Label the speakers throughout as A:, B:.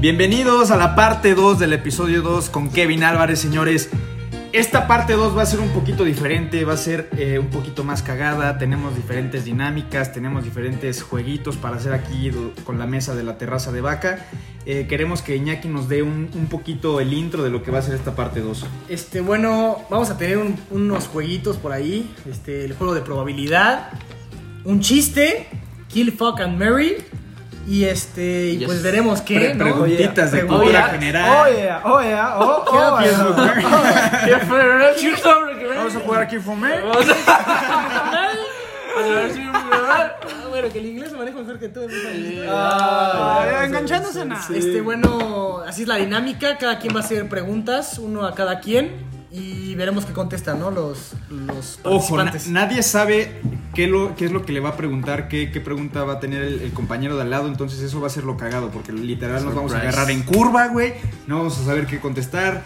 A: Bienvenidos a la parte 2 del episodio 2 con Kevin Álvarez, señores. Esta parte 2 va a ser un poquito diferente, va a ser eh, un poquito más cagada. Tenemos diferentes dinámicas, tenemos diferentes jueguitos para hacer aquí do- con la mesa de la terraza de vaca. Eh, queremos que Iñaki nos dé un, un poquito el intro de lo que va a ser esta parte 2.
B: Este, bueno, vamos a tener un- unos jueguitos por ahí. Este, el juego de probabilidad. Un chiste. Kill, fuck and Mary. Y este, y
C: Yes.
B: pues veremos qué.
A: Pre-
B: ¿no?
A: preguntitas de
B: Preguntas.
A: cultura general.
D: Oye, oye, oh,
B: ¿Qué
D: oh,
B: opinas,
D: oh.
B: mujer?
A: Vamos a jugar aquí for me.
B: Bueno, que el inglés se maneja mejor que tú. ¿no?
D: Ah, Enganchándose en nada.
B: Este, bueno, así es la dinámica. Cada quien va a hacer preguntas, uno a cada quien. Y veremos qué contestan, ¿no? Los, los
A: Ojo, na-
B: participantes.
A: nadie sabe qué, lo, qué es lo que le va a preguntar, qué, qué pregunta va a tener el, el compañero de al lado, entonces eso va a ser lo cagado, porque literal nos vamos a
C: Surprise.
A: agarrar en curva, güey, no vamos a saber qué contestar,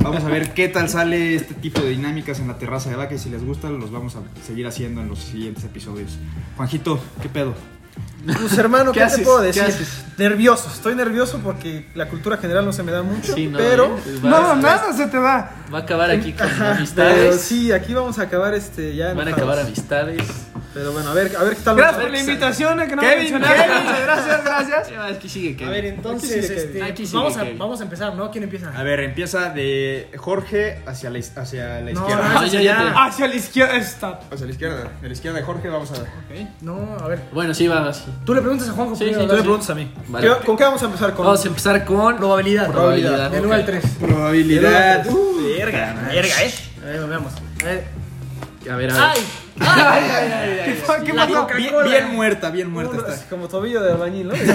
A: vamos a ver qué tal sale este tipo de dinámicas en la terraza de vaca y si les gusta los vamos a seguir haciendo en los siguientes episodios. Juanjito, ¿qué pedo?
D: Pues hermano,
C: ¿Qué
D: ¿qué,
C: haces?
D: te puedo
C: ¿Qué
D: decir?
C: haces?
D: Nervioso, estoy nervioso porque la cultura general no se me da mucho,
C: Sí, no,
D: pero
C: ¿eh? Va-
D: nada,
C: va-
D: nada se te da.
C: Va a acabar aquí con
D: Pero
C: amistades.
D: sí, aquí vamos a acabar este ya
C: Van a
D: enojados.
C: acabar amistades.
D: Pero bueno, a ver, a ver qué tal.
C: por
D: nos va.
C: la
D: invitación, que no
A: me mencionaste.
D: gracias, gracias.
C: Ah, Aquí sigue que.
B: A ver,
D: Aquí
B: entonces,
D: sigue Kevin.
B: este,
C: Aquí sigue
B: vamos, a,
C: Kevin.
B: vamos a empezar, ¿no? ¿Quién empieza?
A: A ver, empieza de Jorge hacia la, iz- hacia la
B: No,
A: izquierda.
B: no,
C: Ah, ya,
B: ya,
C: ya, ya.
D: Hacia la izquierda está.
A: Hacia la izquierda, de la izquierda de Jorge vamos a ver.
B: No, a ver.
C: Bueno, sí, vamos.
B: Tú le preguntas a Juanjo
C: Sí,
B: primero,
C: sí,
B: ¿no?
C: tú le
D: a mí.
C: Vale.
D: ¿Con qué vamos a empezar? Con
C: Vamos a empezar con
B: Probabilidad.
C: probabilidad.
B: Del 1 al 3.
A: Probabilidad.
D: verga.
B: Verga, ¿eh? A ver, nos vemos. A ver.
C: A ver, a
B: ¡Ay!
C: ver.
B: ¡Ay! ay, ay, ay!
D: ¿Qué
B: La
D: pasó?
B: Coca-Cola.
A: Bien, bien muerta, bien muerta
D: Uno,
A: está.
D: así este, Como tobillo de albañil, ¿no? Este,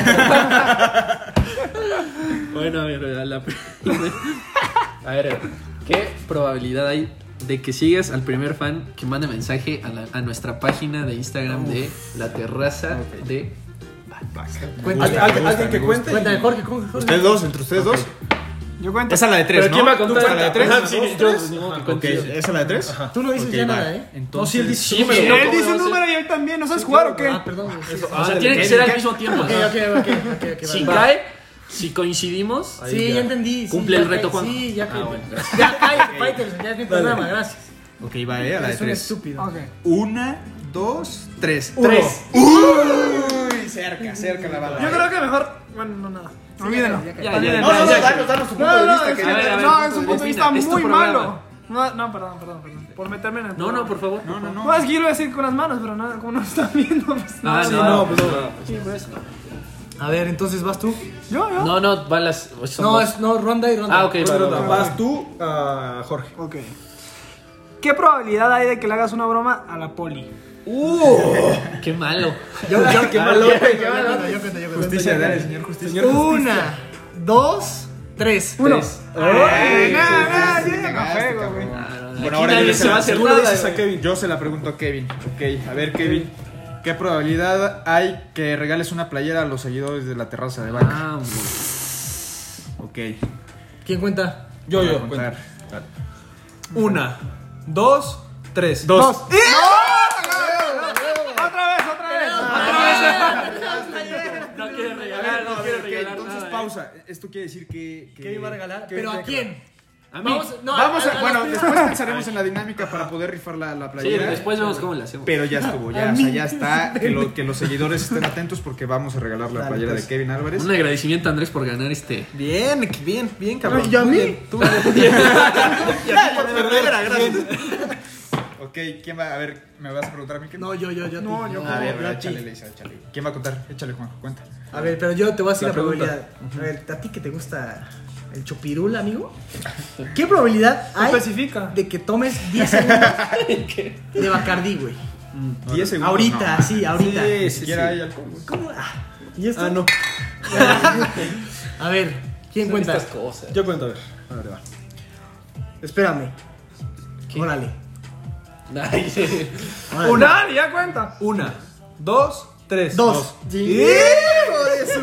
C: Bueno, a ver, a la. A ver, ¿qué probabilidad hay de que sigas al primer fan que manda mensaje a, la- a nuestra página de Instagram de la terraza de.
D: Al-
A: Me
D: al-
A: gusta,
D: Alguien que
A: me
D: cuente.
B: Cuéntame, Jorge, Jorge, Jorge.
A: Ustedes dos, entre ustedes dos.
D: Yo cuento.
A: Esa es la de tres, ¿no? ¿Tú
C: ¿La de tres?
A: Ajá,
C: Sí,
D: dos,
C: yo,
D: tres.
C: ni modo que
A: Ok,
C: cuente yo.
A: ¿esa es la de tres?
B: Tú no dices
A: Ok,
B: ya
A: va.
B: nada, ¿eh?
A: Entonces,
D: si él dice
C: Sí, pero no
D: Él dice
C: podemos
D: un
C: hacer-
D: número y él también. ¿No sabes jugar o qué?
B: Ah, perdón. güey. Sí,
C: O sea, tiene que
A: Ándale,
C: ser al
A: Kevin.
C: mismo tiempo.
B: Ok,
C: ¿no?
B: ok, ok, ok, ok.
C: Si
B: vale.
C: cae, si coincidimos,
B: Sí, ya entendí. sí,
C: Cumple
B: ya
C: el reto,
B: cae,
C: Juanjo.
B: Sí,
C: Ah,
B: ya cae.
C: bueno,
B: Ya cae, Fighters, ya es mi programa, gracias.
A: Ok, va, ¿eh? A la de
B: Es un
A: tres.
B: estúpido.
D: Ok.
A: Una, dos, tres.
B: Uno.
A: Tres. Uy, cerca, cerca la bala.
D: Yo creo que mejor. Bueno, no, nada. Olvídenlo.
B: ya, ya,
C: ya.
D: Olvídenlo.
C: No, no, no,
A: danos, danos tu punto
D: No,
A: de
D: no,
A: vista,
D: es-
A: que-
C: A ver, a ver,
D: no,
C: punto
D: es
C: de
D: un punto de
C: vista.
D: vista
C: Es tu
D: muy
C: programa.
D: malo. No, no, perdón, perdón, perdón. Por meterme en el.
C: No, no, por favor.
A: No, no,
D: No,
A: no.
D: es que yo lo voy a decir con las manos, pero nada, como no están viendo. Pues,
C: Ah, No,
D: nada.
C: no, no,
D: Sí, por eso.
B: A ver, entonces vas tú.
D: Yo, yo.
C: no, no, van las. son
B: No,
C: dos.
B: es no, ronda y ronda.
C: Ah, ok, va, va, va.
D: Vas tú
A: ah,
D: a Jorge.
E: Ok. ¿Qué probabilidad hay de que le hagas una broma a la poli?
C: Qué malo. Ah,
B: Yo, yo,
A: Ah,
B: qué
D: malo,
B: Yo
D: güey, qué
B: cuento, yo cuento, yo cuento.
A: Justicia, dale, señor justicia.
B: Una, dos, tres.
D: Uno.
C: Tres.
D: Ay,
A: Sí,
D: nada,
A: sí,
D: nada,
A: sí, sí,
D: yo ya
A: te
D: no
A: cagaste,
D: juego,
A: cabrón.
D: güey.
A: Bueno,
C: Aquí
A: ahora
C: nadie
A: yo
C: se va a hacer
A: la-
C: nada,
D: dices a Kevin.
A: Yo se la pregunto a Kevin. Ok, a ver, Kevin. ¿Qué probabilidad hay que regales una playera a los seguidores de la terraza de vaca?
C: Vamos. Ah.
A: Ok.
B: ¿Quién cuenta?
A: Voy a
D: yo,
A: contar.
D: Una, dos, tres.
A: Dos.
D: ¡Y- Otra vez, otra vez.
C: No quiere regalar, no quiere regalar.
A: Entonces,
C: nada,
A: pausa. Esto quiere decir que. que
B: ¿Qué iba a regalar?
A: que-
B: ¿Pero
A: que-
B: a quién?
C: eh. A mí.
B: Vamos, no,
A: Vamos
B: las
A: a. Bueno,
B: primeras.
A: después pensaremos en la dinámica para poder rifar la, la
C: sí,
A: playera.
C: después vemos cómo le hacemos.
A: Pero ya estuvo, ya, o sea, ya está. Que, lo- que los seguidores estén atentos porque vamos a regalar la playera
C: pues.
A: de Kevin Álvarez.
C: Un agradecimiento a Andrés por ganar este.
D: Bien, bien, bien, cabrón.
E: ¿Y a
D: Muy
E: mí?
D: bien, tú bien.
A: Ok, ¿quién va? A ver, ¿me vas a preguntar a mí?
B: No, yo, yo, yo. a
D: No,
B: ti.
D: yo
A: A ver,
B: yo a ti.
A: échale, Leisa, échale. ¿Quién va a contar? Échale, Juanjo, cuenta.
B: A ver, pero yo te voy a decir
D: La
B: la,
D: pregunta.
B: probabilidad. A ver, ¿a ti que te gusta el chupirul, amigo? ¿Qué probabilidad hay
D: Especifica.
B: de que tomes 10 segundos de Bacardí, güey?
A: 10 segundos.
B: Ahorita,
A: no.
B: sí, ahorita.
A: Ni siquiera hay alcohol. güey.
B: ¿Cómo? Ah, ¿Y esto?
D: Ah, no.
B: A ver, ¿quién cuenta?
C: Estas cosas.
D: Yo cuento, a ver. A ver, va.
B: Espérame. Órale.
C: Ay, sí.
B: órale.
D: Una, ya cuenta. Una, dos, tres.
B: Dos.
D: ¡Hijo de su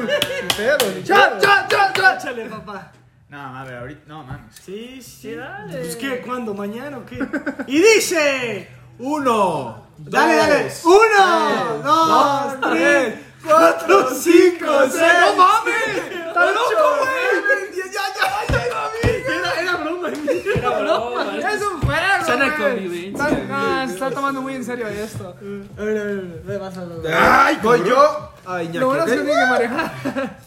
D: pedo, ni
B: ¡Ya, ya,
D: pedo!
B: ya, ya! Échale, papá.
A: No, a ver, ahorita. No, mames.
E: Sí, sí, dale.
B: Pues,
E: qué, ¿cuándo? ¿Mañana o qué?
B: Y dice.
D: Uno,
B: Dale,
D: dos,
B: dale. Uno, dos,
D: tres,
B: tres, cuatro, cinco, seis.
D: ¡No mames!
A: ¡Está loco, güey! ¡Ya, ya, ya, ya, ya,
C: Era, era broma.
E: Era broma. Es un juego.
C: Sana
E: güey.
C: convivencia,
E: Está- No, se está tomando muy en serio
B: A
E: esto.
B: ver, a ver, a ver, ve, vas a ver.
A: ¡Ay, voy yo!
D: Ay, Iñaki,
E: Lo bueno es que
D: ¿ok?
E: no tiene que manejar.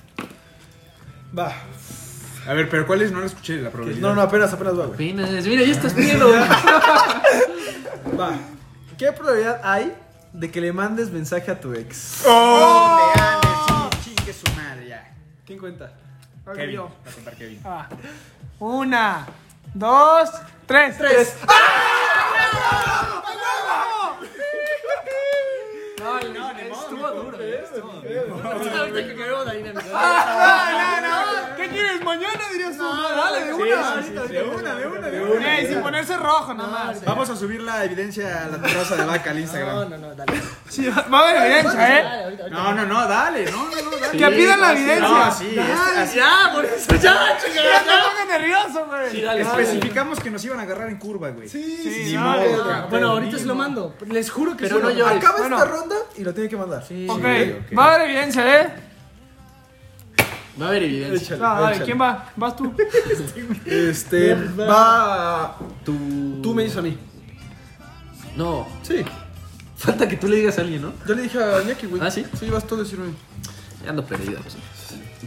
D: Va.
A: A ver, pero ¿cuál es? No lo escuché, la probabilidad.
D: No, no, apenas, apenas va, güey.
C: Apenas. Mira, ya estás miedo.
D: Va. ¿Qué probabilidad hay de que le mandes mensaje a tu ex?
A: ¡Oh! Leales, sí, chingue su madre, ya.
D: ¿Quién cuenta?
E: Ok,
A: Kevin,
E: yo.
A: va a contar Kevin.
E: Ah. Una, dos, tres. Tres.
C: No, no, estuvo duro. eh, Estuvo
D: Eh,
B: Ahorita que cambiamos la dinámica.
E: Ah, no, no. ¿Qué quieres? Mañana dirías tú. No, dale, de una.
A: de una, de una, de
E: Ey, sin ponerse rojo nomás.
A: Vamos a subir la evidencia a la terraza de vaca al
B: No,
A: Instagram.
B: no, no, dale.
E: Sí, va va a haber evidencia, ¿eh?
B: Dale, ahorita, ahorita.
A: No, no, no, dale, no, no, no, dale.
E: Que pidan la
C: sí,
E: evidencia.
A: No, sí, es- así-
E: ah,
B: Ya, por eso ya,
E: Ya
B: chingada.
E: te pongo nervioso, güey.
A: especificamos que nos iban a agarrar en curva, güey.
E: Sí,
A: Ni
E: no,
A: modo,
E: no.
A: cabrón.
B: Bueno, ahorita se lo mando. Les juro que
C: Pero
B: se lo
C: no llores.
D: Acaba
E: Bueno.
D: esta ronda y lo tiene que mandar. Sí.
E: Ok,
A: ok.
E: va a haber evidencia, ¿eh?
C: Va a haber evidencia.
D: Échale,
E: Va, dale,
D: échale.
E: ¿quién va? ¿Vas tú?
D: Este, va...
C: Tú.
D: Tú me dices a mí.
C: No.
D: Sí.
C: Falta que tú le digas a alguien, ¿no?
D: Yo le dije a Iñaki, güey.
C: ¿Ah, sí?
D: Sí, vas tú a decirme.
C: Ya ando perdido. pues.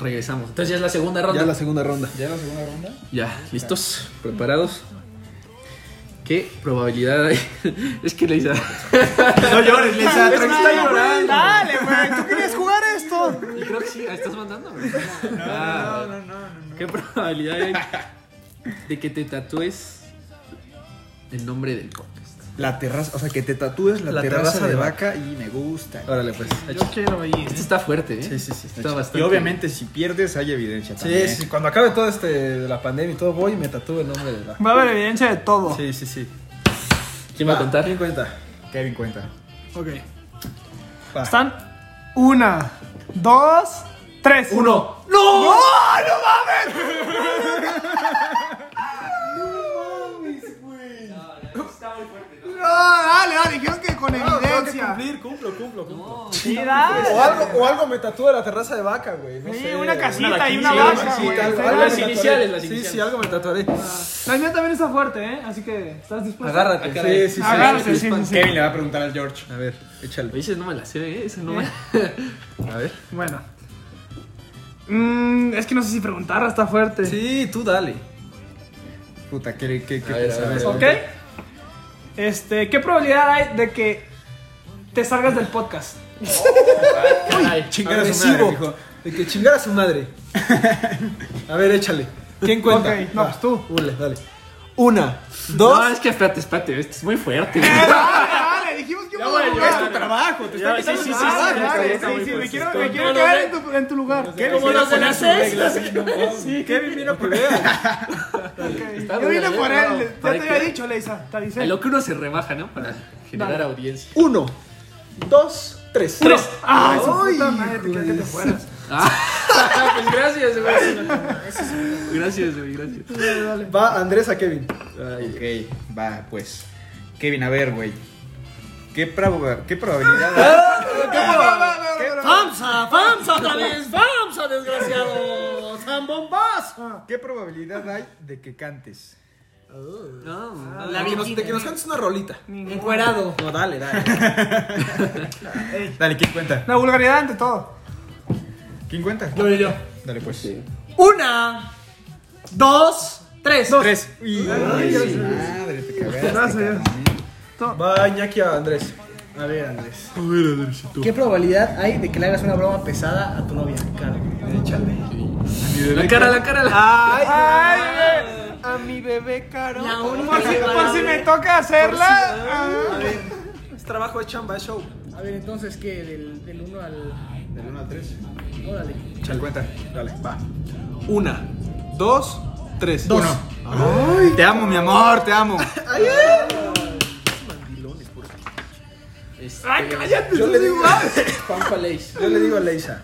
C: Regresamos. Entonces ya es la segunda ronda.
D: Ya
C: Ya,
D: la segunda ronda.
C: ¿listos? ¿Preparados? ¿Qué probabilidad hay? es que le hice.
A: No llores, Lisa,
E: Es
A: tranquila.
E: malo, güey. Dale, güey, ¿tú querías jugar esto?
C: Y creo que sí, ah, estás mandando. güey. Ah,
A: No, no, no.
C: ¿Qué probabilidad hay de que te tatúes el nombre del podcast?
A: La terraza, o sea, que te tatúes la,
D: La
A: terraza,
D: terraza
A: de,
D: de
A: vaca y me gusta.
D: Órale, pues.
E: Yo quiero ir.
C: Esto está fuerte, ¿eh? Sí, sí, sí. Está, bastante.
A: Y obviamente si pierdes hay evidencia
D: Sí,
A: también. ¿eh?
D: sí, sí, cuando acabe todo este de la pandemia y todo, voy y me tatúo el nombre de la.
E: Va a haber evidencia de todo.
D: Sí, sí, sí.
C: ¿Quién va a contar?
D: ¿Quién cuenta?
A: Kevin cuenta.
E: Ok.
D: Va.
E: Están una, dos, tres.
D: Uno.
E: ¡No! ¡No! ¡No mames! No, dale, dale, dijeron que con evidencia.
D: cumplo, cumplo, pues. cumplo.
E: Sí, dale.
D: O algo, o algo me tatúa de la terraza de vaca, güey. No
E: Sí,
D: sé,
E: una
D: güey.
E: casita y
C: vaquita,
E: una
C: una
E: vaca,
D: Sí,
E: güey.
D: algo-
E: Será-
D: algo
C: Las
D: me tatuaré.
C: iniciales, las
D: Sí, sí,
C: iniciales.
D: algo me tatuaré.
E: La mía también está fuerte, ¿eh? Así que, ¿estás dispuesto?
D: Agárrate.
C: Ah, caray.
D: Sí, sí, sí.
E: Agárrate, sí, sí, sí.
A: Kevin le va a preguntar al George.
D: A ver, échale.
C: Dices, no me la sé, ¿eh? Esa no me...
D: A ver.
E: Bueno. Mm, es que no sé si preguntarla, está fuerte.
D: Sí, tú dale.
A: Puta, ¿qué, qué, qué
C: A ver, a
A: piensas?
C: ver,
E: ¿Ok? Este, ¿qué probabilidad hay de que te salgas del podcast?
C: Caray.
A: Chingar a su
D: Agresivo.
A: madre, mijo.
D: De que chingar a su madre. A ver, échale. ¿Quién cuenta?
E: Ok, no,
D: Va.
E: pues tú. Ah,
D: Ule, dale. Una,
C: No,
D: dos.
C: es que espérate, espérate, esto es muy fuerte.
E: Dale, dijimos que íbamos a
A: Es
E: jugar.
A: tu trabajo, te está
C: sí,
A: quitando
C: sí,
A: tu
C: sí,
B: Ah,
A: trabajo,
E: Dale, dale,
A: cabrón.
E: sí, sí, me quiero, me
C: Con
E: quiero
C: todo lo
E: quedar
C: de-
E: en tu, en tu lugar.
B: ¿Cómo no se
E: eh?
B: las haces?
D: Kevin vino primero.
E: Ok, Yo vine
C: duro,
E: por
C: ¿eh? No,
E: él, ya
C: para
E: te había
C: que-
E: dicho, Leisa, te
C: A
E: avisé.
C: lo que uno se rebaja, ¿no? Para generar audiencia.
D: Uno, dos, tres. Tres.
E: Ah, su
D: Ay,
E: puta madre, te quería que te fueras.
C: Ah, pues gracias, güey. Gracias, güey, gracias.
D: Va Andrés a Kevin.
A: Ok, va, pues. Kevin, a ver, güey. ¿Qué, proba- qué probabilidad
B: ¡Famsa! ¡Famsa otra vez! ¡Famsa, desgraciado! ¡Zambombas!
A: hay, ¿Qué probabilidad hay de que cantes?
C: No,
D: De que nos- de que nos cantes una rolita.
B: Encuerado.
D: No, dale, dale.
A: Dale, ¿quién cuenta?
E: La vulgaridad ante todo.
A: ¿Quién cuenta?
B: Yo, yo, yo.
A: Dale, pues.
B: Una, dos, tres.
A: Tres. Uy, madre, te cagaste.
E: Gracias.
A: cabrón.
D: Va Iñaki a Andrés.
B: A ver, Andrés. ¿Qué probabilidad hay de que le hagas una broma pesada a tu novia? Cara?
C: La cara, la cara, la
E: Ay, güey. A mi bebé caro.
B: La única
E: Por si,
B: que va
E: por
B: a
E: si me
B: ver.
E: toca hacerla. Ah.
D: A ver, es trabajo de chamba, es show.
B: A ver, entonces, ¿qué? Del, del uno al...
A: Del 1 al 3.
B: Órale.
A: ¿Quién cuenta? Dale, va.
D: Una, dos, tres.
B: Dos.
D: Uno.
A: Te amo, mi amor, te amo.
C: Este,
E: Ay, cállate.
D: Yo le digo,
C: Juanpa Leis.
D: yo le digo a Leisa.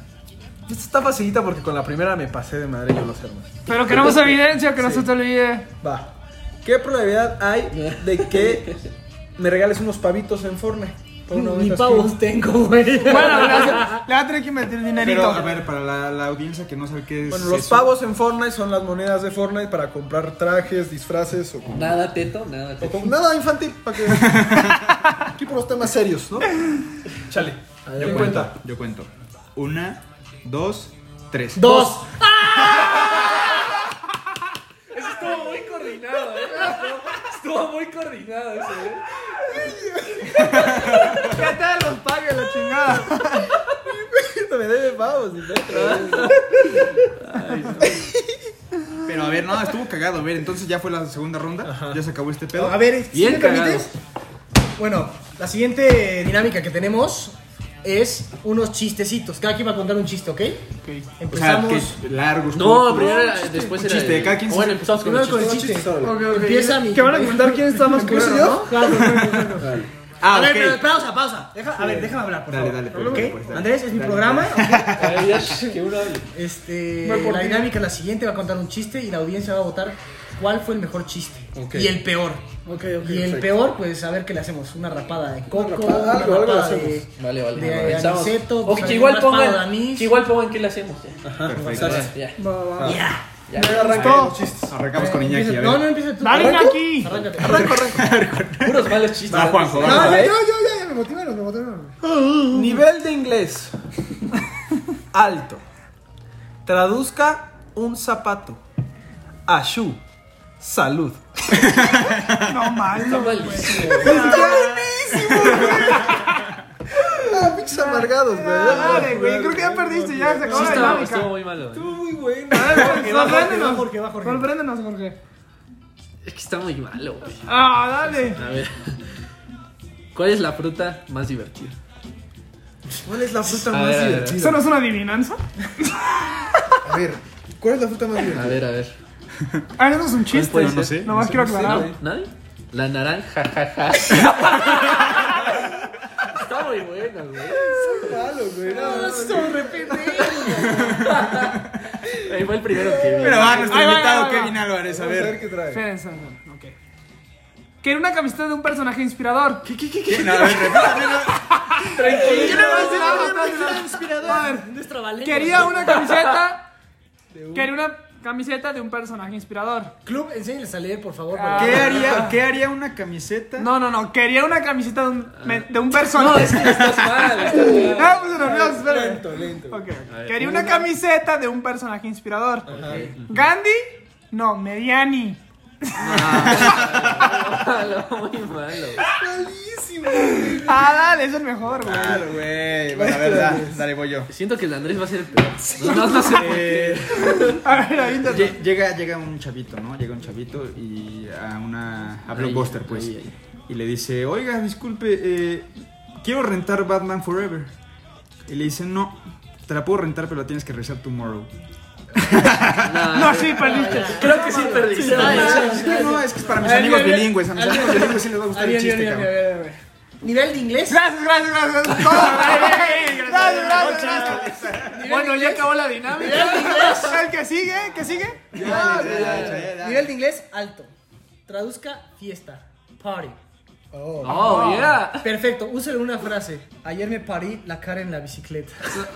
D: Esta está facilita porque con la primera me pasé de madre yo los hermanos.
E: Pero queremos evidencia, que no se te olvide.
D: Va. ¿Qué probabilidad hay de que me regales unos pavitos en Fortnite?
B: Ni pavos tengo, güey.
E: Bueno, le vas a- le va a tener que invertir dinerito.
A: Pero, a ver, para la, la audiencia que no sabe qué es.
D: Bueno, los
A: eso,
D: pavos en Fortnite son las monedas de Fortnite para comprar trajes, disfraces o,
C: Nada teto, nada
D: o
C: teto.
D: con nada infantil. Para que... Aquí por los temas serios, ¿no? Chale.
A: Yo
D: ¿Quién cuenta?
A: cuento. Yo cuento. Una, dos, tres.
B: Dos.
C: Estuvo muy coordinado, ¿eh? Estuvo, estuvo muy coordinado ese, ¿eh?
E: Ya te los pague la chingada.
D: Me debe pavos, ni pedo.
A: Pero a ver, no, estuvo cagado. A ver, entonces ya fue la segunda ronda. Ya se acabó este pedo.
B: A ver, si
C: Bien
B: me permites.
C: cagados.
B: Bueno, la siguiente dinámica que tenemos es unos chistecitos. Cada quien va a contar un chiste, ¿ok?
A: o sea,
B: Empezamos.
A: que largos.
C: No,
A: cortos.
C: primero, era- después
A: un
C: era.
A: chiste,
C: el-
A: cada quien se-
C: Bueno, empezamos con
B: Primero
C: los
B: con el
C: chistes.
B: chiste.
E: ok.
B: Empieza mi.
E: Que van a comentar quién está más culero, ¿no?
B: Claro, claro, claro.
A: Ah,
B: a ver,
A: ok.
B: pero pausa, pausa. Deja- a ver, déjame hablar, por
A: Dale,
B: favor.
A: dale,
B: ¿Ok?
A: pues, pues, dale.
B: Andrés, es mi
A: Dale,
B: programa. ¿ok?
C: Ay, ya, que uno hable.
B: Este,
E: Voy por
B: la
E: ti.
B: dinámica es la siguiente: va a contar un chiste y la audiencia va a votar cuál fue el mejor chiste
D: Ok.
B: y el peor.
D: Ok, ok.
B: Y el peor, pues a ver qué le hacemos. Una rapada de coco, una
D: rapada,
B: rapada,
D: algo, algo le
B: de,
D: hacemos.
C: Vale, vale.
B: de
C: empezamos.
B: aniseto,
C: O
B: pues,
C: que
B: algún
C: igual
B: raspado de
C: pongan.
B: anís.
C: Que igual pongan qué le hacemos. Ya.
A: Perfecto.
C: Ya, ya.
E: Va, va.
B: Ya.
C: ya.
D: Me arrancó. Chistes.
A: Arrancamos con Iñaki, a ver.
B: Eh, No, no empieces tú.
E: Dale,
B: Arranca-
E: Iñaki.
B: Arráncate.
D: Arranco, arranco.
C: Puros malos chistes.
A: Va, Juanjo,
D: No,
A: va.
D: Ah, ya,
A: ¿eh?
D: ya, ya, ya, me motivaron, me motivaron. Nivel de inglés. Alto. Traduzca un zapato. Ashu. Salud.
E: No mal.
C: Está malísimo.
D: Ah, pinches amargados, güey.
E: Dale, Ah, güey. Creo que ya perdiste. Ya se acabó
C: Sí,
E: la
C: estaba-
E: dinámica.
C: estuvo muy malo. güey.
D: Muy ¿eh? bueno.
E: Sorpréndenos.
B: Jorge, va, Jorge.
E: Sorpréndenos, Jorge.
C: Es que está muy malo, güey.
E: Ah, dale.
C: A ver. ¿Cuál es la fruta más divertida?
D: ¿Cuál es la fruta
C: A ver, a ver,
D: más
E: ¿Eso no
D: divertida?
E: es una adivinanza?
D: A ver, ¿cuál es la fruta más
C: A
D: divertida?
C: ver, a ver.
E: Ah, eso es un chiste.
C: puede
A: No, no
C: ser?
A: sé.
E: Nomás quiero aclarar.
C: ¿No? ¿Nadie? La naranja, jaja. Está muy buena, güey.
D: Malo, güey.
C: Ahí fue el primero que vi.
A: Pero va, nuestro
E: Ahí va,
A: invitado
E: ahí va,
A: Kevin Álvarez, a
D: A ver
A: ver.
D: qué trae.
E: Esperen, esperen, esperen. Ok. Quiero una camiseta de un personaje inspirador. ¿Qué,
A: ¿Quién? A ver, repítame.
E: Quería una camiseta. Quería una camiseta de un personaje inspirador.
B: Club, enséñales a leer, por favor.
E: Ah.
A: ¿Qué
B: porque-
A: haría, ¿Qué haría una camiseta?
E: No, no, no. Quería una camiseta de un, me- de un
C: No, es
E: personaje.
C: que estás mal. estás mal.
E: Ah, pues nervioso, esperen.
D: Lento, lento.
E: Ok. Quería una camiseta de un personaje inspirador. Gandhi, no, Mediani.
C: Malo, muy malo.
D: Malísimo, güey.
E: Ah, dale, es el mejor, güey.
A: Claro, güey. Bueno, a ver, da- dale, voy yo.
C: Siento que el de Andrés va a ser el peor. No, no, no sé por qué.
E: A ver, ahorita.
A: eh, Lle- Llega, llega un chavito, ¿no? Llega un chavito y a una. a
C: Ahí,
A: Blockbuster, pues.
C: ahí, ahí.
A: Y le dice, oiga, disculpe, eh, quiero rentar Batman Forever. Y le dice, no, te la puedo rentar, pero la tienes que regresar tomorrow.
C: Nah,
E: No, sí, perdiste.
C: Creo que sí perdiste.
B: Ay, ay,
A: Es que no, es que es para mis
B: Ay,
A: amigos
B: ay, ay.
A: bilingües. A mis
B: Ay,
A: amigos
B: ay.
A: bilingües sí les va a
B: Ah,
A: gustar el
B: bien, bien,
A: chiste,
B: bien,
A: cabrón.
B: bien, bien. Nivel de inglés.
E: Gracias, gracias, gracias. gracias. Gracias, gracias, gracias. Bueno, ya acabó la dinámica.
B: Nivel de inglés.
E: El que sigue, el que sigue.
A: Ya, ya, ya, ya, ya.
B: Nivel de inglés alto. Traduzca fiesta. Party.
C: Oh, yeah.
B: Perfecto, úselo en una frase. Ayer me parí la cara en la bicicleta.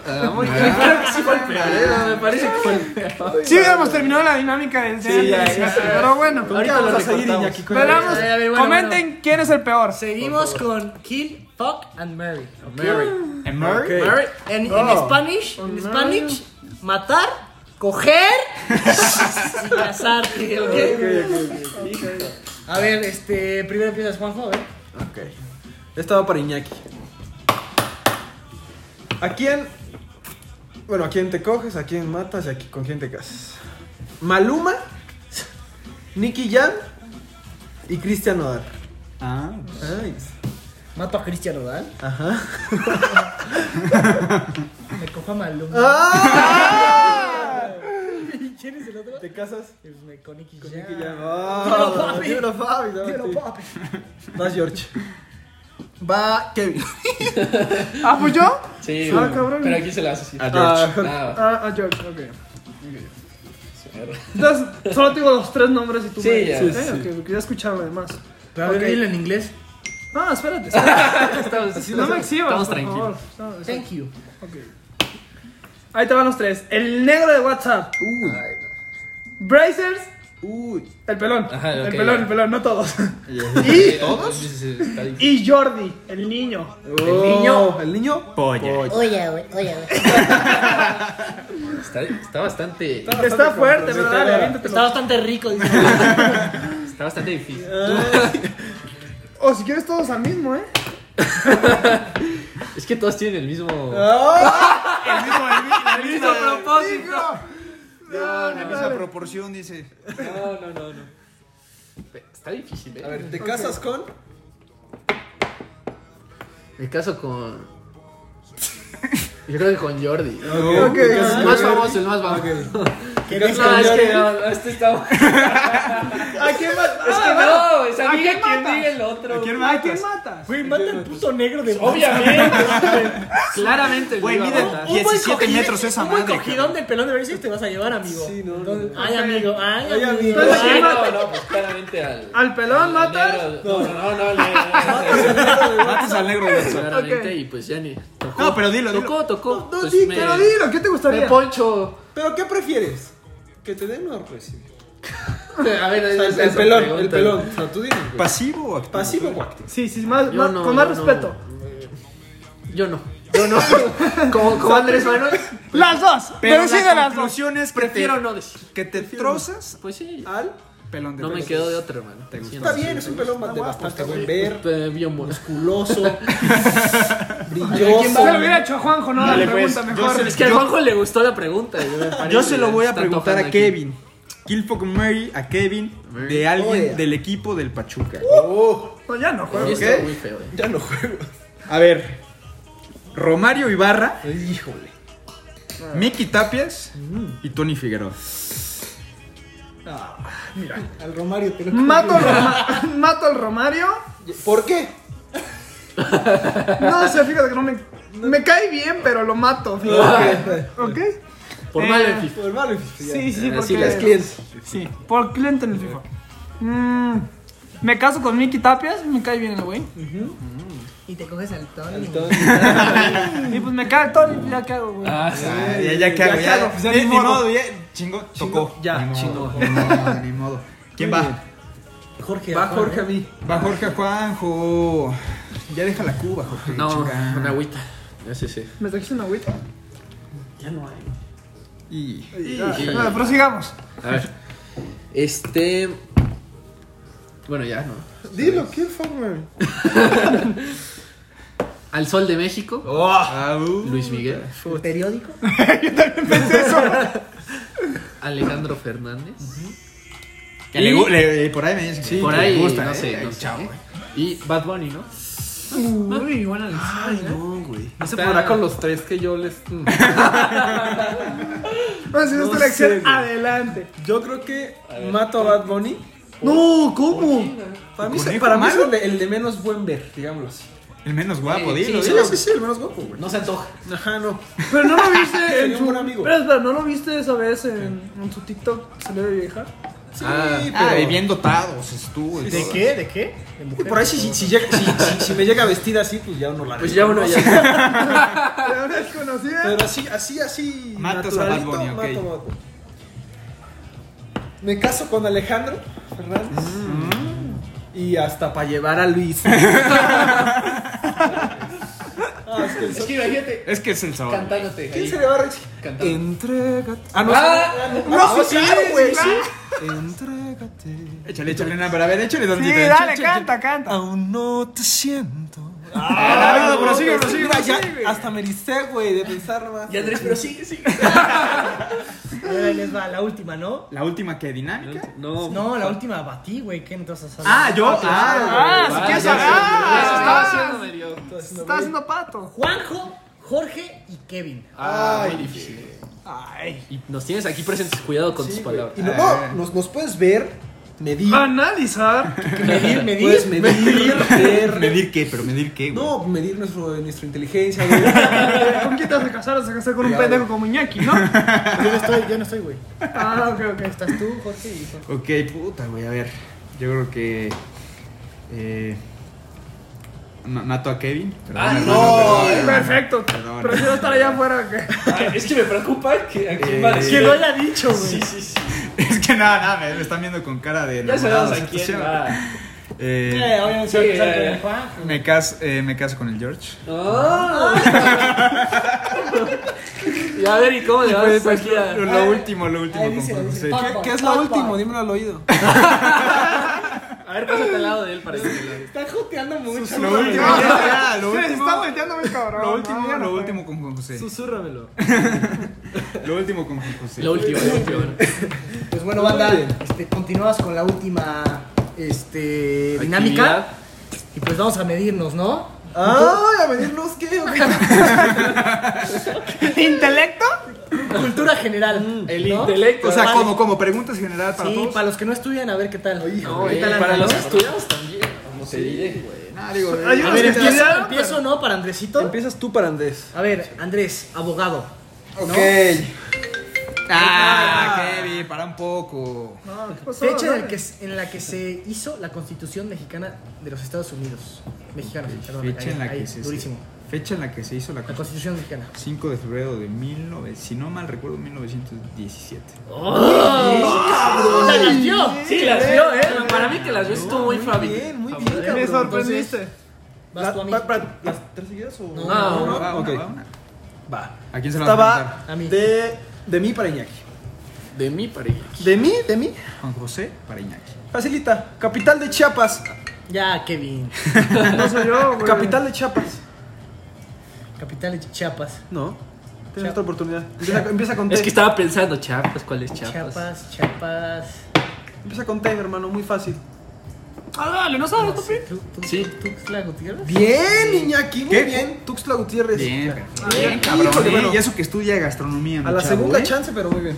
C: Ah, muy bien. Creo que sí fue el peor. eh, Me parece que fue el peor.
E: Sí, habíamos terminado la dinámica del
A: Sí, ya,
E: antes,
A: ya.
E: Pero bueno,
C: Ahorita lo
D: Vamos a seguir,
C: recortamos.
D: Iñaki, con-
E: esperamos.
B: A ver, a ver, bueno,
E: Comenten quién es el peor.
B: Seguimos con kill, fuck and marry.
C: Mary.
A: ¿En Murray?
D: Ok.
C: Mary.
B: En,
D: Oh.
B: en Spanish, en Spanish, matar, coger y casarte. ¿ok? A ver, este, primero empiezas Juanjo, a ver.
D: Ok. Esta va para Iñaki. ¿A quién? Bueno, ¿a quién te coges? ¿A quién matas? ¿Y a qui- con quién te casas? Maluma, Nicky Jam y Cristian Nodal.
A: Ah,
D: Ay,
B: Mato a Cristian Nodal,
D: Ajá.
B: me cojo a Maluma. ¿Y quién es el otro?
D: ¿Te casas?
B: Pues me con Nicky
D: Con
B: Jam.
D: Nicky Jam.
B: Dímelo,
D: Ah,
B: papi.
D: dímelo, papi, dame
B: Dímelo,
D: a ti.
B: papi.
D: Vas, George. Va Kevin.
E: Ah, pues yo.
C: Sí,
E: Ah,
C: bueno,
E: cabrón.
C: pero aquí se la hace así.
A: a
D: Ah,
A: George.
C: Ah,
E: Ah, ah, George, ok. Entonces, solo te digo los tres nombres y tú
C: Sí,
E: me
C: ya,
E: dices,
C: sí,
E: ¿eh? Ok, porque ya escucharon lo demás.
B: Pero a ver,
E: Ok.
B: dilo en inglés.
E: No, espérate. espérate.
C: Estamos-
E: no me exhibas.
C: Estamos
E: por
C: tranquilos.
E: favor. No,
B: Thank you.
E: Ahí te van los tres. El negro de WhatsApp. Bracers.
D: Uy.
E: El pelón.
C: Ajá,
E: el
C: ok,
E: pelón,
C: ya.
E: el pelón, no todos.
C: ¿Y todos? Y
E: Y Jordi, el niño.
D: El niño. Oh, El niño.
A: Polla.
F: Oye, güey, oye, güey.
C: Está, está bastante.
E: Está fuerte, pero dale,
B: Está
D: comprometedora.
E: aviéntatelo.
B: bastante rico. dice.
C: Está bastante difícil.
E: O Oh, si quieres todos al mismo, ¿eh?
C: Es que todos tienen el mismo.
A: El mismo, el mismo, el mismo
C: propósito.
A: No, la misma proporción, dice.
C: No, no, no, no. Está difícil, eh.
D: A ver, ¿te casas con?
C: Me caso con. Yo creo que con Jordi.
D: Ok.
C: El más famoso, el más famoso.
B: ¿Qué
C: No,
B: dice?
C: es que no, no, este está.
E: ¿A quién matas?
C: Es que no, o sea, diga quien diga el otro.
A: ¿Quién
E: ¿A
A: matas?
E: quién matas?
B: Güey, mata al puto negro de
C: Obviamente. Claramente.
A: Güey,
C: lo iba a
A: mide-
C: matar.
B: Un buen
A: 17
B: cogidón-
A: metros esa
B: Un buen
A: madre,
B: cogidón del pelón de Bracer te vas a llevar, amigo.
D: Sí, no, no,
B: Entonces,
D: no.
B: Ay, amigo, ay,
D: Ay,
B: amigo.
D: amigo.
E: Entonces,
B: ay,
E: ¿quién
B: no.
E: mata?
C: no, no, pues claramente al.
D: ¿Ah,
E: ¿Al pelón matas?
C: negro. No, no, no, no, al negro.
A: Matas al negro de eso.
C: Claramente, y pues ya ni. Tocó.
A: No, pero dilo, dilo.
C: Tocó, tocó.
D: No,
C: Pues
D: di,
C: me-
D: pero dilo, ¿qué te
C: Me
D: gustaría?
C: poncho.
D: ¿Pero qué prefieres? ¿Que te den o recibir?
C: A ver,
D: O sea, el, el pelón, el pelón. O sea, tú dices, güey.
A: ¿Pasivo o activo?
D: Pasivo o activo.
E: Sí, sí, más,
C: Yo
E: más-
C: no,
E: con más
C: yo no.
E: respeto.
C: Yo no. Yo no. Como, como Andrés Manuel.
E: Las dos.
A: Pero
E: Pero sí de
A: la
E: las dos.
A: conclusión es que
C: Prefiero
A: te,
C: no decir.
A: que te trozas
C: Pues sí.
D: Al.
A: pelón de
C: No me
A: pelos.
C: quedo de otra, hermano.
A: Te gusta.
C: Sí,
D: Está
C: no,
D: bien, es un pelón de bastante buen ver,
C: sí. Bien musculoso.
D: musculoso,
E: ¿Quién se lo hubiera
D: brilloso.
E: hecho a Juanjo, no? la
A: Dale,
E: pregunta
A: pues,
E: mejor.
A: yo
C: Es que a Juanjo le gustó la pregunta. Yo, me parece
A: Yo se lo
C: que
A: voy a
C: está
A: preguntar
C: antojando
A: a
C: aquí.
A: Kevin. Kill fuck Mary a Kevin de alguien
D: Oye.
A: del equipo del Pachuca.
D: Oh,
E: No, ya no, Juanjo.
C: Y está
A: ¿Qué?
C: muy feo, eh.
D: ya no juego.
A: A ver, Romario Ibarra,
D: Híjole.
A: Miki Tapias y Tony Figueroa.
B: Al Romario te lo
E: Mato al, Roma- mato al Romario.
D: ¿Por qué?
E: No sé, fíjate que no me. Me cae bien, pero lo mato. fíjate. ¿Ok?
C: Por
E: Eh,
C: mal en FIFA.
D: Por malo.
E: Sí,
C: Así
E: sí, porque.
C: las
D: clientes.
E: Sí, por cliente en el FIFA. Mm, me caso con Miki Tapias, me cae bien el güey.
B: Y te coges al Tony.
E: Y pues me cae todo y ya qué hago, güey.
C: Ah, sí.
A: Ah, ya, ya que hago,
E: que hago,
A: ya.
E: pues, ya
A: Ni,
E: ni
A: ni
E: modo.
A: modo, ya. Chingo, tocó.
C: Ya,
A: Ni modo,
C: chingó.
A: Ni modo, ni modo. ¿Quién va?
B: Jorge.
D: Va
B: Juan,
D: Jorge a
B: ¿eh?
D: mí.
A: Va Jorge a Juanjo. Ya deja la Cuba, Jorge.
C: No,
A: chinga.
C: una agüita. Sí, sí.
E: ¿Me trajiste una agüita?
A: Y.
C: sí.
E: Bueno, prosigamos.
C: A ver. Este. Bueno, ya, no.
D: Dilo, ¿quién fue, güey?
C: Al Sol de México,
A: Au.
C: Luis Miguel.
B: ¿El periódico?
C: Alejandro Fernández.
A: Que le gu- le- por ahí me dicen que
C: Por
A: que le
C: ahí,
A: gusta,
C: no
A: ¿eh?
C: sé.
A: Ay,
C: no sé,
A: chao,
C: ¿eh?
A: güey.
C: Y Bad Bunny, ¿no?
B: Uy, buena ¿eh? lección.
A: No, güey.
C: No
D: Se podrá con los tres que yo les. Mm.
E: Bueno, si no es
D: No
E: tu elección,
D: sé, güey.
E: adelante.
D: Yo creo que mato a Bad Bunny.
E: No, ¿cómo?
D: Para mí,
A: ¿Conejo
D: se- para mí es
A: malo?
D: el de, el de menos buen ver, digámoslo así.
A: El menos guapo,
C: Eh, sí,
A: dilo,
C: sí,
A: dilo.
D: sí, el menos guapo, güey.
C: No se antoja.
D: Ajá, no.
E: Pero no lo viste en
D: Sería un
E: su.
D: buen amigo.
E: Pero espera, ¿no lo viste esa vez en, en su TikTok? ¿Se le ve vieja?
D: Sí,
C: Ah,
D: pero.
A: Ah, y bien dotados, estuvo. y
B: ¿De
A: todo.
B: qué? ¿De qué? ¿De
D: Y
B: mujer?
D: por ahí, si, si, si llega- si- si- si me llega vestida así, pues ya uno la
C: Pues ya uno
D: reconoce.
C: ya.
E: ¿La desconocida?
D: Pero así, así, así.
A: Matas a
D: naturalito,
A: Bad Bunny, ok.
D: mato, mato. Me caso con Alejandro Fernández. Y hasta para llevar a Luis. Ah, es que el sol-
C: que imagínate
A: Es que es el sabor.
C: cantándote.
D: ¿Quién se le va a rechazar?
C: Cantando.
D: Entrégate. Ah, no,
C: Ah,
D: sí,
E: no,
D: ah,
E: sí, claro, güey,
D: sí.
A: Échale, échale una, pero a ver, échale dos
E: Sí, dale, canta, canta.
D: Aún no te siento.
A: Ah, no, pero sigue,
D: prosigue,
A: pero sigue,
D: prosigue.
A: pero sigue,
D: Hasta me ericé, güey, de pensar nomás.
C: Y Andrés, pero sigue, sigue.
B: Ahora les va la última, ¿no?
A: La última que dinámica.
C: No.
B: No, la última para ti, güey. ¿Qué entonces?
A: Ah, yo. Ah,
E: Ah, si
C: Ah,
E: quieres
C: ya
E: hablar.
C: sé, ya se estaba
E: Ah,
C: haciendo medio.
E: se Está haciendo pato.
B: Juanjo, Jorge y Kevin.
C: Ah, muy difícil. Y nos tienes aquí presentes. Cuidado con tus palabras.
D: Y no, no, nos, nos puedes ver, medir.
E: Analizar.
B: Medir, medir.
D: Puedes Ah, medir,
A: ya.
D: ver.
A: ¿Medir qué? ¿Pero medir qué, güey?
D: No, medir nuestro, nuestra inteligencia, güey.
E: ¿Con quién te vas a casar? Vas a casar con un pendejo como Iñaki, ¿no?
B: Yo no estoy, yo no estoy, güey.
E: Ah, ok, ok.
B: Estás tú, Jorge y Jorge.
A: Ok, puta, güey, a ver. Yo creo que. eh, ma- mato a Kevin.
C: Ay,
A: hermano,
C: no,
A: perdón, hermano.
E: Perfecto.
A: Perdón.
E: Prefiero estar allá afuera que.
C: Ay, Ah, es que me preocupa que a quién va a
A: Eh,
B: Que
C: decir.
B: lo haya dicho, güey.
C: Sí, sí, sí.
A: Es que nada, nada, me, me están viendo con cara de.
C: Ya
A: enamorado,
C: sabemos a
A: ¿sí?
C: quién va.
A: Eh,
B: Eh, obviamente
C: Sí,
B: se va a casar
C: eh,
B: con el
C: eh.
B: Juan.
A: me, caso, eh, me caso con el George.
C: Oh. y a ver, ¿y pues, cómo le vas aquí
A: Lo,
C: a.?
A: lo último, lo último.
B: ahí dice,
A: compadre,
B: dice,
A: sí.
B: pa-
D: ¿Qué, qué es lo
B: Papá.
D: último? Dímelo al oído.
C: A ver, pásate al lado de él para que te lo-
B: Está joteando mucho.
A: Lo último, ya, ya, lo
E: Sí,
A: último.
E: está volteando muy cabrón.
A: Lo último,
E: No, ya no
A: lo
E: fue.
A: último con Juan José.
C: Susúrramelo.
A: Lo último con Juan José.
C: Lo último, lo último.
B: Pues bueno, banda, este, continuamos con la última este, dinámica.
C: Actividad.
B: Y pues vamos a medirnos, ¿no?
D: ¡Ay, a venirnos qué! o qué?
E: ¿Intelecto?
B: Cultura general.
C: Mm. El
B: ¿no?
C: intelecto.
A: O sea,
C: ¿cómo?
A: como, como preguntas general para
B: Sí,
A: todos.
B: para los que no estudian, a ver qué tal.
C: No,
B: ¿Qué
C: eh,
B: tal
C: para
B: andan,
C: los
B: no?
C: estudiantes también. Como te diré, güey.
A: Nah, digo, eh,
E: Hay
B: A
E: unos
B: ver,
E: que
B: empiezo,
E: estudiaron,
B: empiezo, ¿no? Para Andresito.
D: Empiezas tú para Andrés.
B: A ver, Andrés, abogado.
A: Ok. Ah, Kevin, para un poco.
E: No, ¿qué pasó?
B: Fecha en, el que, en la que se hizo la Constitución Mexicana de los Estados Unidos. Mexicana, perdón.
A: Fecha
B: ahí,
A: en la
B: ahí,
A: que se
B: durísimo.
A: Fecha en la que se hizo la
B: La
A: Constitución.
B: Constitución Mexicana.
A: 5 de febrero de 19, si no mal recuerdo, 1917.
B: ¡Oh, ¡La ganó!
C: Sí, las vio, ¿eh? Para mí que las vio estuvo muy Fabi.
D: bien, muy bien,
C: Fabi.
D: cabrón.
E: Me sorprendiste.
B: Vas tú a mí.
D: La- pa- pa- ¿Las tres seguidas o...?
B: No,
C: Ah,
A: Va,
C: no,
A: va,
D: ok.
A: una, va, una.
D: Va.
A: ¿A quién se la va a
D: Estaba
A: preguntar?
B: A mí.
D: de, de mí para Iñaki.
C: De mi pareja.
D: ¿De mí? ¿De mí?
A: Juan José para Iñaki.
D: Facilita. Capital de Chiapas. Ah,
B: Ya, Kevin.
E: No soy yo, güey.
D: Capital de Chiapas.
B: Capital de Chiapas.
D: No. Tienes
B: Chiapas.
D: otra oportunidad. Empieza, empieza con T.
C: Es que estaba pensando, Chiapas, ¿cuál es Chiapas?
B: Chiapas, Chiapas.
D: Empieza con T, hermano. Muy fácil.
C: Ah, dale, no sabes, papi.
B: ¿Tú, tú,
C: Sí.
B: tú, Tuxtla Gutiérrez?
D: Bien, Iñaki. Muy
A: ¿Qué?
D: bien. Tuxtla Gutiérrez.
A: Bien, perfecto.
D: Bien,
A: bien, cabrón.
D: híjole,
A: eh,
D: bueno.
A: Y eso que estudia gastronomía. mi
D: A la
A: chavo,
D: segunda
A: eh.
D: chance, pero muy bien.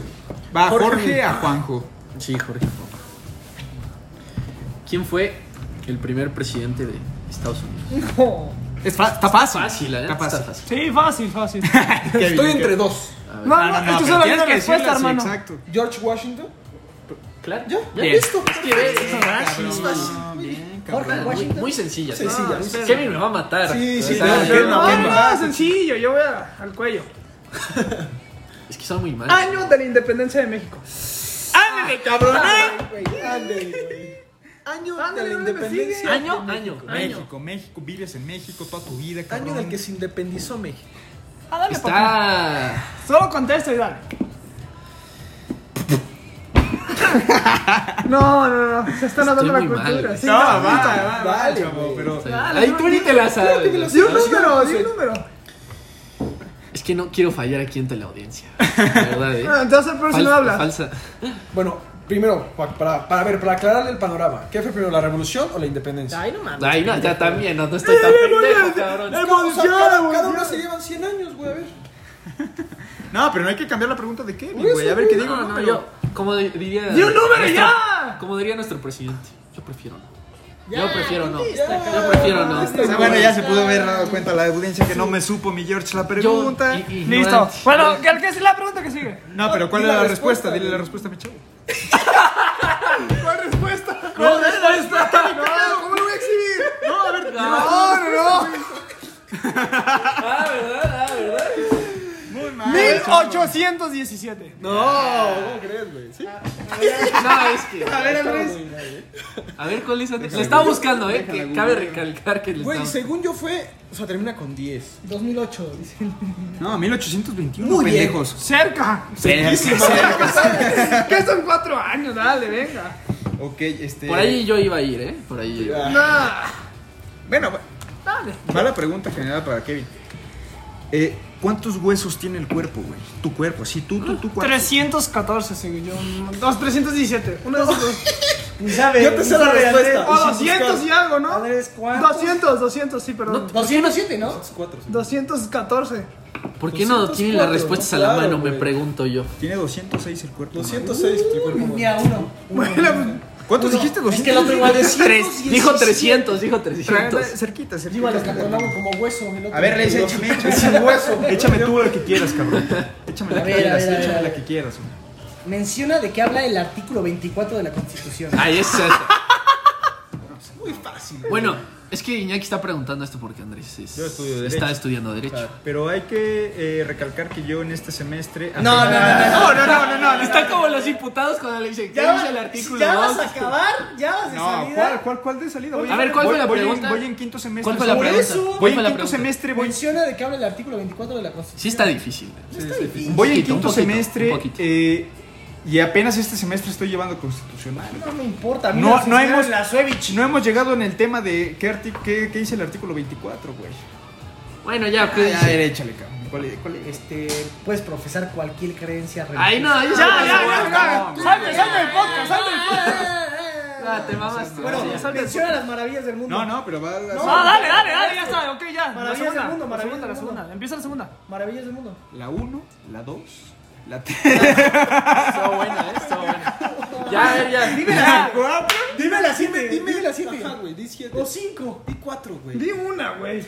A: Va
D: Jorge.
A: Jorge, a Juanjo.
C: Sí, Jorge. ¿Quién fue el primer presidente de Estados Unidos?
E: No.
A: Es fa- está fácil.
C: Fácil, ¿eh?
A: Está fácil.
E: Sí, fácil, fácil.
A: Kevin,
D: Estoy entre
A: Kevin.
D: dos.
C: A ver.
E: No,
A: Ah,
E: no, esto
A: pero
E: solo es
A: tienes
E: una
A: que
E: respuesta,
A: decirla,
E: hermano.
A: sí, Exacto.
D: George Washington.
C: Claro.
D: ¿Ya? ¿Ya
A: Bien.
D: listo?
C: Es que ve, es
A: Cabrón,
C: fácil, es fácil.
A: bien,
B: Jorge
A: cabrón.
C: Muy,
B: Washington.
C: muy sencilla.
D: Sí, sí, ya,
C: No,
D: sí,
C: espera.
D: sí.
C: Kevin me va a matar.
D: Sí, sí,
C: Está
D: ya,
C: bien.
A: Kevin,
E: No,
A: ¿quién
E: no,
A: va?
E: sencillo, yo voy a- al cuello.
C: Es que son muy mal.
E: Año de la independencia de México. ¡Ándale, cabrón!
D: Güey, ándale, güey. Año de
E: Ándale,
D: la
E: no le
D: independencia.
E: sigue.
C: Año, año, año.
A: México, México, vives en México toda tu vida, cabrón.
D: Año del que se independizó México.
E: Ándale, papá.
C: Está.
E: Solo contesta y dale. No, no, no. Se están dando la
C: muy mal,
E: cultura.
C: güey.
E: Sí,
A: No, va,
E: dale.
A: va,
D: Vale,
A: vale, chavo,
D: güey.
A: pero.
E: Dale,
C: Ahí
E: yo-
C: tú ni te la sabes.
D: te la
E: Di un
D: Sí,
E: número,
D: sí,
E: di un
D: sí.
E: número.
C: Es que no quiero fallar aquí ante la audiencia. La verdad, eh.
E: Bueno, Ah, entonces el próximo
C: Fal-
E: habla.
C: Falsa.
D: Bueno, primero, pa- para, para ver, para aclararle el panorama, ¿qué fue primero, la revolución o la independencia?
B: Ay, no mames.
C: Ay, no, ya también, no, no estoy tan pendejo, cabrón.
D: O sea, cada, cada una se llevan 100 años, güey, a ver.
A: No, pero no hay que cambiar la pregunta de Kevin,
D: Por
A: güey.
D: eso,
A: A ver qué
D: güey.
A: digo,
C: No,
A: ¿no?
C: no,
A: Pero-
C: yo, como di- diría.
E: ¡Di un número
C: nuestro-
E: ya!
C: Como diría nuestro presidente, yo prefiero no.
B: Ya,
C: yo prefiero no.
B: contesta,
C: Yo prefiero no.
A: O sea, bueno, ya se pudo haber dado cuenta la audiencia que no me supo mi George la
C: Yo,
A: pregunta.
C: i- i-
E: Listo.
C: ignorante.
E: Bueno, ¿qué qué es la pregunta que sigue?
A: No, pero ¿cuál
D: Di
A: es la
D: la
A: respuesta?
D: respuesta,
A: Dile la
D: güey.
A: respuesta, mi chavo.
E: ¿Cuál respuesta?
A: No, respuesta.
E: ¿Cómo lo voy a exhibir?
A: No, a ver. No, no, no.
C: Ah, ¿verdad? Ah, ¿verdad?
A: Muy mal.
E: 1817.
D: No, ¿cómo crees, güey? Sí.
C: No, es que.
A: A ver, Andrés.
C: A ver, ¿cuál es antes? Lo estaba buscando, ¿eh? Que cabe recalcar que le
D: Güey,
C: estaba.
D: según yo fue, o sea, termina con 10.
B: 2008, dicen.
A: No, 1821,
D: Muy bien.
A: pendejos.
E: Cerca.
A: Cerca.
E: ¿Qué son cuatro años? Dale, venga.
A: Ok, este.
C: Por ahí yo iba a ir, ¿eh? Por ahí yo iba.
D: Ah,
E: No.
A: Bueno, va-
E: Dale.
A: va la pregunta general para Kevin. Eh, ¿Cuántos huesos tiene el cuerpo, güey? Tu cuerpo, sí, tú, tú, tú, ¿cuántos?
E: 314, según yo. Dos, 317. Uno de esos dos.
B: Ni sabe.
D: Yo te sé
B: ni
D: la
B: sabe,
D: respuesta. Ah,
E: O
D: sin
E: 200 y
D: buscar.
E: algo, ¿no?
B: Andrés, ¿cuántos?
E: 200, 200, sí,
C: No,
E: perdón.
B: 207, ¿no?
D: Es 4.
E: 214.
C: ¿Por qué no
D: 204,
C: tienen las respuestas a la
D: claro,
C: mano? Me
D: güey.
C: pregunto yo.
A: Tiene 206 el cuerpo.
D: 206, tu cuerpo.
B: Ni a uno.
E: Bueno,
A: humano. ¿Cuántos dijiste? 200.
B: Es que el otro igual es
C: Tres- dijo 300, dijo 300.
A: Cerquita, cerquita.
B: Iba a los catalogo como hueso. el otro.
A: A ver, le dice, échame, échame. Sin hueso. Échame tú la que quieras, cabrón. Échame la
B: A
A: que
B: ver, a
A: quieras,
B: ver, a ver, a
A: échame
B: ver.
A: la que quieras. hombre.
B: Menciona de qué habla el Ah, artículo 24 de la Constitución.
C: Ahí es esa.
D: Muy fácil.
C: Bueno, Es que Iñaki está preguntando esto porque Andrés es-
A: Yo estudio Derecho.
C: está estudiando Derecho.
A: Pero hay que eh, recalcar que yo en este semestre.
B: No, no, no, no, no.
E: No, no, no, no, no.
C: Está como los imputados cuando le dicen, ¿qué
B: Ya,
C: dice el
B: va-
C: artículo
B: ya vas a
C: 2?
B: acabar, ya vas de
A: No, ¿cuál,
B: salida.
A: cuál, cuál de salida? Voy
C: A ver, ¿cuál
A: voy-
C: fue la
A: voy en-
C: pregunta?
A: Voy en quinto semestre.
C: ¿Cuál fue la
B: Por
C: pregunta?
B: eso,
A: Voy
C: ¿Cuál
A: en
C: fue la
A: quinto
C: pregunta?
A: semestre, voy.
B: Menciona de qué habla el artículo 24 de la Constitución.
C: Sí está difícil. ¿eh? güey.
B: No está difícil.
A: Voy en
C: poquito,
A: quinto
C: un poquito,
A: semestre
C: un poquito.
A: eh, y apenas este semestre estoy llevando constitucional.
B: No me importa. a mí
A: No-
B: me
A: no
B: enseñaron
A: hemos-
B: la Suevich.
A: No hemos llegado en el tema de qué, arti- qué, qué dice el artículo 24, güey.
C: Bueno, ya,
A: A
C: pues.
A: ver, échale, cabrón. ¿Cuál, cuál es?
B: Este, puedes profesar cualquier creencia religiosa.
C: Ay, no, ya,
E: Ya, ya, ya,
A: No,
E: ya.
A: no,
E: Salte, salte del podcast, salte del podcast.
C: Ah, te mamas tú.
B: Bueno,
C: Sí, ya.
B: menciona las maravillas del mundo.
A: No, no, pero va.
B: No,
E: No, Ah, dale, dale, dale, ya está, ok, ya. La
B: Maravillas
E: segunda,
B: del mundo,
E: la
B: maravillas
E: segunda, la
B: del mundo.
E: segunda. Empieza la segunda.
B: Maravillas del mundo.
A: La 1, la 2, la 3.
C: Estuvo buena, eh, estuvo buena. Ya, a ver, ya.
B: Dime la 4. Dime la 7. Dime la 7.
D: Ajá, güey, di siete.
B: O 5.
D: Di cuatro, güey.
E: Di una, güey.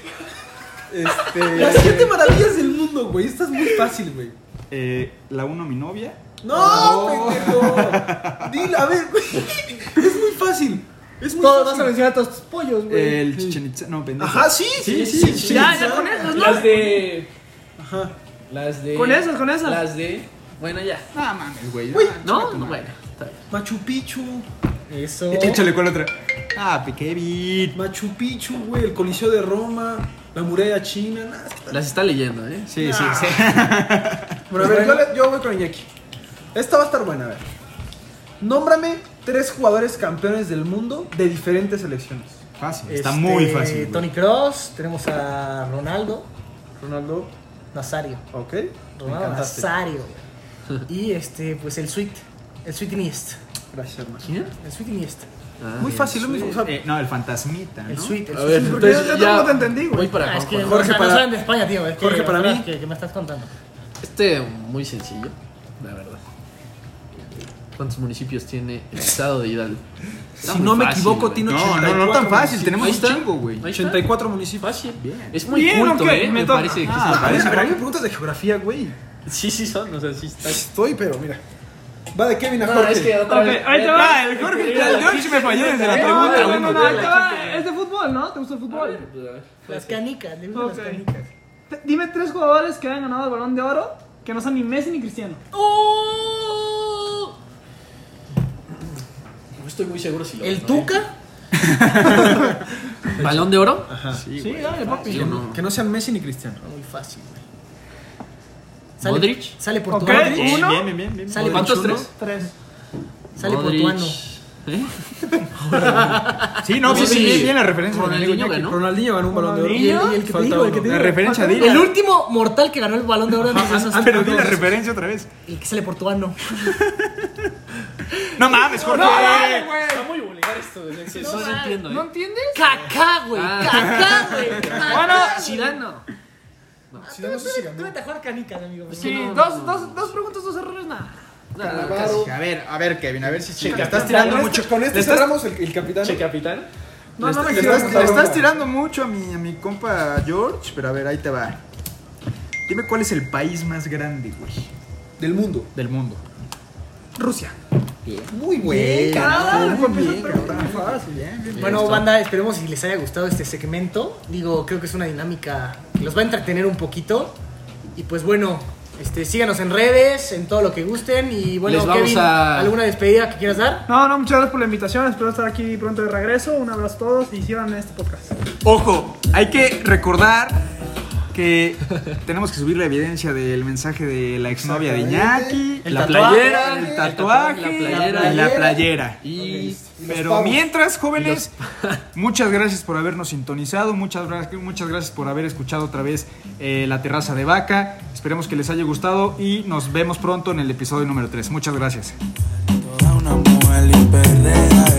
D: Este... Las siete maravillas del mundo, güey. Esta es muy fácil, güey.
A: Eh, la 1, mi novia.
D: No, pendejo. Dil, a ver, güey. Es muy fácil. Es muy
B: Todos vas a
D: fácil.
B: mencionar todos tus pollos, güey.
A: El Chichen Itza. No, pendejo.
D: Ajá, sí,
A: Sí,
D: sí,
A: sí,
D: sí.
A: sí.
D: sí.
E: Ya, ya con esas, ¿no?
C: Las de.
D: Ajá.
C: Las de.
E: Con esas, con esas.
C: Las de. Bueno, ya.
A: No mames, güey.
D: Güey.
C: ¿No? No, bueno. está bien.
D: Machu Picchu.
B: Eso.
A: Échale, ¿cuál otra? Ah, Piquevit.
D: Machu Picchu, güey. El Coliseo de Roma. La muralla china. Nah, es que-
C: Las está leyendo, ¿eh?
A: Sí, sí, sí.
D: Bueno, a ver, yo, le- yo voy con Iñaki. Esta va a estar buena, a ver. Nómbrame tres jugadores campeones del mundo de diferentes selecciones.
A: Fácil, está
B: Este,
A: muy fácil. güey.
B: Tony Cross, tenemos a Ronaldo
D: Ronaldo,
B: Nazario.
D: ok. Me
B: Ronaldo
D: encantaste.
B: Nazario. güey. Y este, pues el Sweet. El Sweet Iniesta.
D: Gracias, hermano.
C: ¿Quién?
B: El Sweet Iniesta.
C: Ah,
D: Muy
C: bien.
D: fácil, lo mismo. O sea,
A: Eh, no, el fantasmita. Ah, ¿no?
B: El Sweet. El
C: A ver,
B: Sweet.
C: entonces
D: yo
C: ya.
D: tampoco te entendí, güey.
C: Voy para
B: Ah, es
C: acá.
B: que
C: Juan.
D: Jorge,
B: Jorge,
D: para-
B: de España, tío. es que
D: Jorge,
B: la
D: para
B: verdad
D: mí-
B: es Que, que me estás contando.
C: Este muy sencillo, la verdad. ¿Cuántos municipios tiene el estado de Hidalgo? Está
D: Si
C: muy
D: no me
C: fácil,
D: equivoco,
C: güey.
D: tiene
A: No, no, no tan
D: 84
A: fácil. Tenemos
C: Ahí
A: un
C: está.
A: chingo, güey.
C: Ahí está.
D: 84 municipios.
C: Fácil.
A: Bien.
C: Es muy
E: Bien,
C: culto,
E: ok,
C: ¿eh?
E: me
C: Me
E: toca.
C: parece que
A: Ah,
D: A ver,
A: parece,
D: a ver, a
A: parece.
D: mí me preguntas de geografía, güey.
C: sí. Sí, sí son, o sea, sí está.
D: Estoy, pero mira. Va de Kevin a
C: No,
D: Jorge.
C: es que otra
E: Ok,
C: vez.
E: ahí te va.
A: El Jorge, el George me falló desde la
E: No,
A: pregunta.
E: no, Eh, no, no, ahí
C: güey.
E: te va. Es de fútbol, ¿no? ¿Te gusta el
C: A ver,
E: fútbol?
C: pues, a ver.
B: Las canicas, le gustan
E: Ok.
B: las canicas.
E: Te- Dime tres jugadores que hayan ganado el balón de oro que no son ni Messi ni Cristiano.
C: No estoy muy seguro si lo
B: El
C: ganó,
B: Tuca.
C: ¿eh? ¿Balón de oro?
A: Ah,
D: Ajá.
E: Sí, dale, papi.
C: Yo no.
D: Que no sean Messi ni Cristiano.
B: Muy fácil, güey.
C: ¿Modric?
B: Sale por
E: Ok,
B: Modric.
E: uno,
A: Bien, bien, bien, bien.
B: Sale
C: ¿Cuántos
B: Pachuno,
C: tres?
E: tres.
B: Sale
C: Modric.
B: Portuano.
C: ¿Eh?
A: Sí, no, sí,
C: Sí,
A: sí,
C: sí.
A: bien, bien la referencia. del amigo
C: Ronaldinho
A: Iñaki.
C: ganó.
D: Ronaldinho ganó un balón de oro.
B: Y el, y el que te
D: Falta
B: digo, el que
D: uno.
B: te
A: La
B: digo.
A: referencia, dile.
B: El último mortal que ganó el balón de oro antes de esos
A: Ah, Pero di la
B: tiempos.
A: referencia otra vez.
B: El que sale portuano.
A: No mames, Jorge.
C: Está muy vulgar esto. No, no, entiendo, ¿eh?
E: ¿No entiendes?
B: Cacá, güey.
C: Ah.
B: Cacá, güey.
E: Bueno,
C: Zidane.
B: Si no, no sé si ganó. Tú vete a jugar canicas, amigo.
E: Sí,
C: no,
E: dos,
C: no,
E: dos, dos preguntas, dos errores, nada.
A: A ver, a ver, Kevin, a ver si
D: Le estás tirando mucho. Con este
A: Le estás-
D: cerramos el, el capitán.
C: capitán.
E: No, no me
A: Le
E: quiero.
A: estás, le estás tirando mucho a mi, a mi compa George, pero a ver, ahí te va. Dime cuál es el país más grande, güey,
D: Del mundo.
A: del mundo.
D: Rusia. Muy güey. Muy
E: cabrón, fue
D: bien,
E: empezó
D: cabrón.
B: Bueno,
C: Listo.
B: banda, esperemos si les haya gustado este segmento. Digo, creo que es una dinámica que los va a entretener un poquito. Y pues bueno, este, síganos en redes, en todo lo que gusten. Y bueno,
C: Les vamos
B: Kevin,
C: a-
B: ¿alguna despedida que quieras dar?
E: No, no, muchas gracias por la invitación. Espero estar aquí pronto de regreso. Un abrazo a todos y síganme en este podcast.
A: Ojo, hay que recordar que tenemos que subir la evidencia del mensaje de la exnovia de Iñaki,
B: El
A: la
B: tatuaje,
A: playera, el
D: el
A: tatuaje,
C: tatuaje,
A: la
C: la
A: playera.
C: playera.
A: Y la playera.
C: Y
D: Y los
A: Pero
D: pavos.
A: mientras, jóvenes, muchas gracias por habernos sintonizado, muchas, gra- muchas gracias por haber escuchado otra vez eh, La Terraza de Vaca. Esperemos que les haya gustado y nos vemos pronto en el episodio número 3. Muchas gracias.
F: Toda una mujer y perrea.